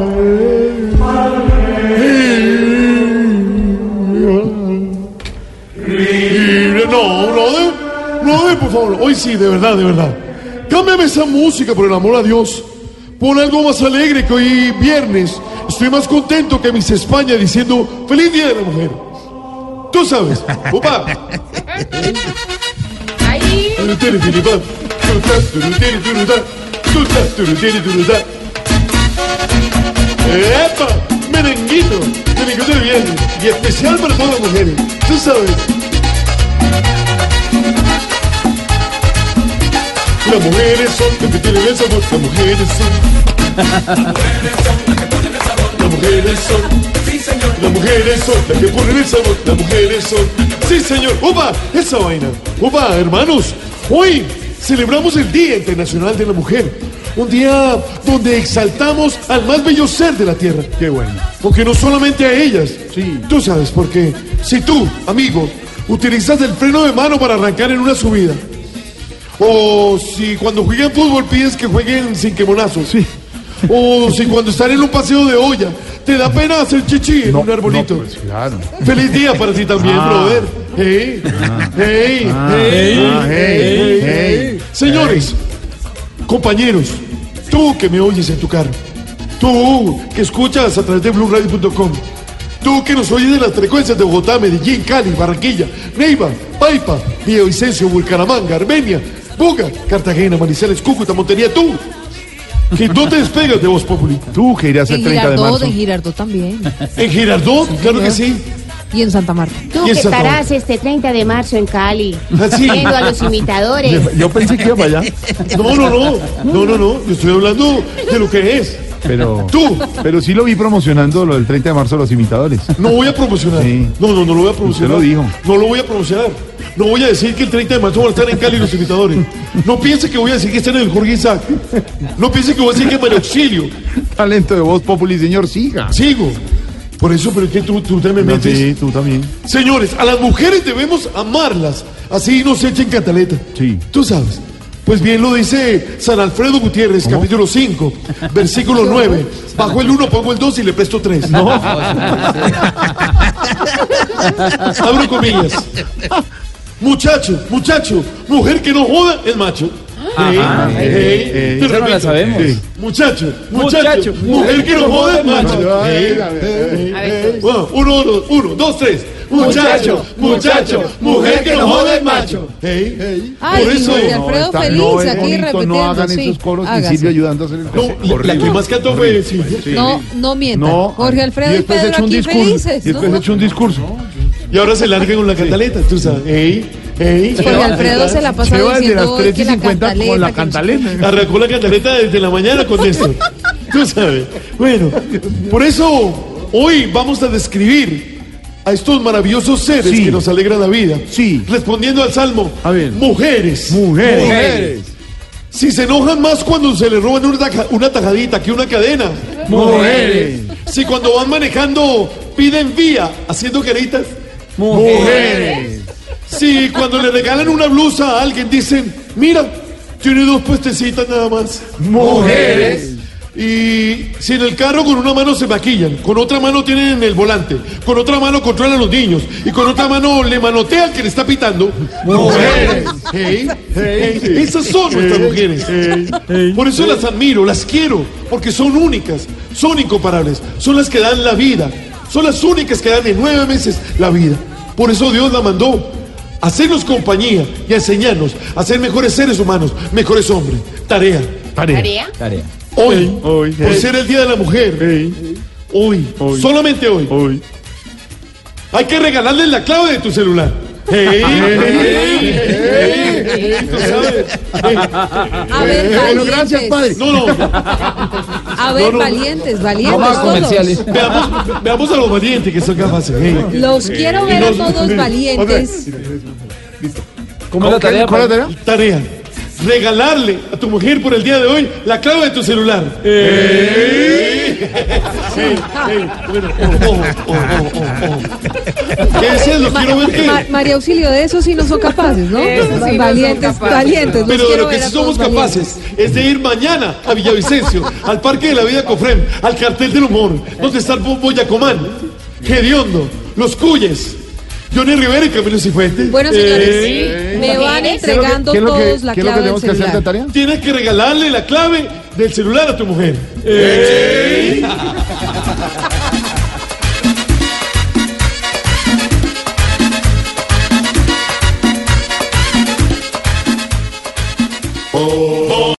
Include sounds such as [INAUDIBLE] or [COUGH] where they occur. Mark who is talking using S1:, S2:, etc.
S1: Eh, Libre, no, brother. Brother, por favor. Hoy sí, de verdad, de verdad. Cámbiame esa música, por el amor a Dios. Pon algo más alegre que hoy viernes. Estoy más contento que mis España diciendo feliz día de la mujer. Tú sabes, papá.
S2: Ahí.
S1: ¡Epa! Merenguito, merenguito de viernes. Y especial para todas las mujeres. Tú sabes. Las mujeres son las que tienen el sabor, las mujeres son. Las mujeres son, las mujeres son las que ponen el sabor, las mujeres son. Sí, señor. ¡Upa! Esa vaina. ¡Upa, hermanos! Hoy celebramos el Día Internacional de la Mujer. Un día donde exaltamos al más bello ser de la tierra. Qué bueno. Porque no solamente a ellas. Sí. Tú sabes, porque si tú, amigo, utilizas el freno de mano para arrancar en una subida, o si cuando juegan fútbol pides que jueguen sin quemonazos. O si cuando están en un paseo de olla te da pena hacer chichi en un arbolito.
S3: claro.
S1: Feliz día para ti también, brother. Hey, hey, hey,
S3: ah,
S1: hey,
S3: hey,
S1: hey.
S3: hey.
S1: Señores, compañeros, tú que me oyes en tu carro, tú que escuchas a través de blueradio.com, tú que nos oyes de las frecuencias de Bogotá, Medellín, Cali, Barranquilla, Neiva, Paipa, Villavicencio, Vulcanamanga, Armenia, Buga, Cartagena, Manizales, Cúcuta, Montería, tú que no te despegas de Voz Populi.
S3: Tú que irías el
S2: En
S3: 30 de
S2: Girardot,
S3: marzo.
S2: en Girardot también.
S3: [LAUGHS]
S1: En Girardot, claro que sí.
S2: Y en Santa Marta.
S4: Tú
S1: Y
S4: que
S1: esa
S4: estarás este 30 de marzo en Cali,
S1: Así.
S4: viendo a los imitadores.
S3: Yo pensé que iba para allá,
S1: No, no, no, no, no, no, yo estoy hablando de lo que es.
S3: pero,
S1: Tú,
S3: pero sí lo vi promocionando lo del 30 de marzo los imitadores. [LAUGHS]
S1: no voy a promocionar.
S3: Sí.
S1: No, no, no lo voy a promocionar.
S3: lo dijo.
S1: No lo voy a promocionar. No voy a decir que el 30 de marzo van a estar en Cali los imitadores. No piense que voy a decir que están en el Jorge Isaac. No piense que voy a decir que en el auxilio.
S3: Talento de voz populi, señor, siga.
S1: Sigo. Por eso, pero es que tú, tú te me
S3: No,
S1: metes.
S3: sí, tú también.
S1: Señores, a las mujeres debemos amarlas, así nos echen cataleta.
S3: Sí.
S1: Tú sabes. Pues bien lo dice San Alfredo Gutiérrez, capítulo 5, versículo 9. Bajo el 1, pongo el 2 y le presto 3. No. [LAUGHS] Abro comillas. Muchacho, muchacho, mujer que no joda es macho. Ey, ey,
S3: ey.
S1: te
S3: Esa
S1: repito.
S3: Sí.
S1: Muchacho, muchacho, mujer que no joda es macho. Ey, bueno, uno, uno, uno, dos, tres. Muchacho, muchacho, mujer que no jode es macho. Ey, ey.
S2: Ay,
S1: Por eso. eh,
S2: Jorge Alfredo
S3: está-
S2: feliz,
S3: es
S2: aquí
S3: bonito,
S2: repitiendo,
S3: No hagan
S2: sí,
S3: esos coros y
S2: hágase.
S3: Silvio ayudando a hacer el
S1: No, la- la que más cantó fue Silvia.
S2: No, no mientan.
S3: No,
S2: Jorge Alfredo y,
S3: después
S2: Pedro
S3: hecho un
S2: aquí
S3: discurso,
S2: felices,
S3: Y
S2: ¿no?
S3: después hecho un discurso.
S1: Y ahora se larga con la cantaleta, tú sabes. Ey, ey.
S2: Jorge Alfredo se la pasa
S3: Se va desde
S2: diciendo
S3: las
S2: hoy que la
S3: 3.50
S2: cantaleta.
S3: con la
S2: que no sé
S3: cantaleta.
S1: Arrancó la cantaleta desde la mañana con esto. Tú sabes. Bueno, por eso hoy vamos a describir a estos maravillosos seres
S3: Sí.
S1: que nos alegran la vida.
S3: Sí.
S1: Respondiendo al salmo.
S3: A ver.
S1: Mujeres.
S3: Mujeres.
S1: Si se enojan más cuando se le roban una, taja- una tajadita que una cadena.
S3: Mujeres.
S1: Si cuando van manejando piden vía haciendo caritas.
S3: Mujeres.
S1: Si cuando le regalan una blusa a alguien dicen, mira, tiene dos puestecitas nada más.
S3: Mujeres.
S1: Y si en el carro con una mano se maquillan, con otra mano tienen el volante, con otra mano controlan a los niños y con otra mano le manotea al que le está pitando.
S3: Mujeres.
S1: Hey, hey, esas son nuestras mujeres.
S3: Eh,
S1: Por eso las admiro, las quiero, porque son únicas, son incomparables, son las que dan la vida, son las únicas que dan en nueve meses la vida. Por eso Dios la mandó a hacernos compañía y a enseñarnos a ser mejores seres humanos, mejores hombres. Tarea, tarea.
S4: Tarea.
S1: Hoy,
S3: Hoy,
S1: por
S3: hey.
S1: ser el Día de la Mujer, hoy,
S3: Hoy.
S1: solamente hoy, hay que regalarles la clave de tu celular. Hey, hey, Eh, tú sabes.
S2: A ver,
S3: Eh, Bueno, gracias, padre.
S2: valientes.
S1: No, no.
S2: A ver,
S1: no, no.
S2: valientes,
S3: No más
S2: valientes
S3: comerciales.
S2: todos.
S1: Veamos, veamos a los valientes que son capaces. eh.
S2: Los quiero ver a todos valientes.
S3: ¿Cómo es la tarea? ¿Cuál es la tarea?
S1: Tarea. Regalarle a tu mujer por el día de hoy la clave de tu celular. Bueno, ojo, ojo, ojo, ojo, ojo. ¿Qué decías? Lo quiero ver qué.
S2: Ma- María Auxilio, de eso sí no son capaces, ¿no? valientes, valientes. los
S1: Pero de
S2: quiero
S1: lo que
S2: ver a
S1: sí somos
S2: todos valientes.
S1: capaces es de ir mañana a Villavicencio, al Parque de la Vida Cofrem, al Cartel del Humor, donde está el Bo- Boyacomán, Gediondo, Los Cuyes, Johnny Rivera y Camilo Cifuentes. Eh,
S2: Bueno, señores, me van
S4: ¿Qué es lo
S2: entregando
S3: Eh, ¿Qué es lo que,
S2: todos la
S3: qué es lo que
S2: clave del
S3: tenemos que hacer de
S2: celular.
S3: tarea?
S1: Tienes que regalarle la clave del celular a tu mujer.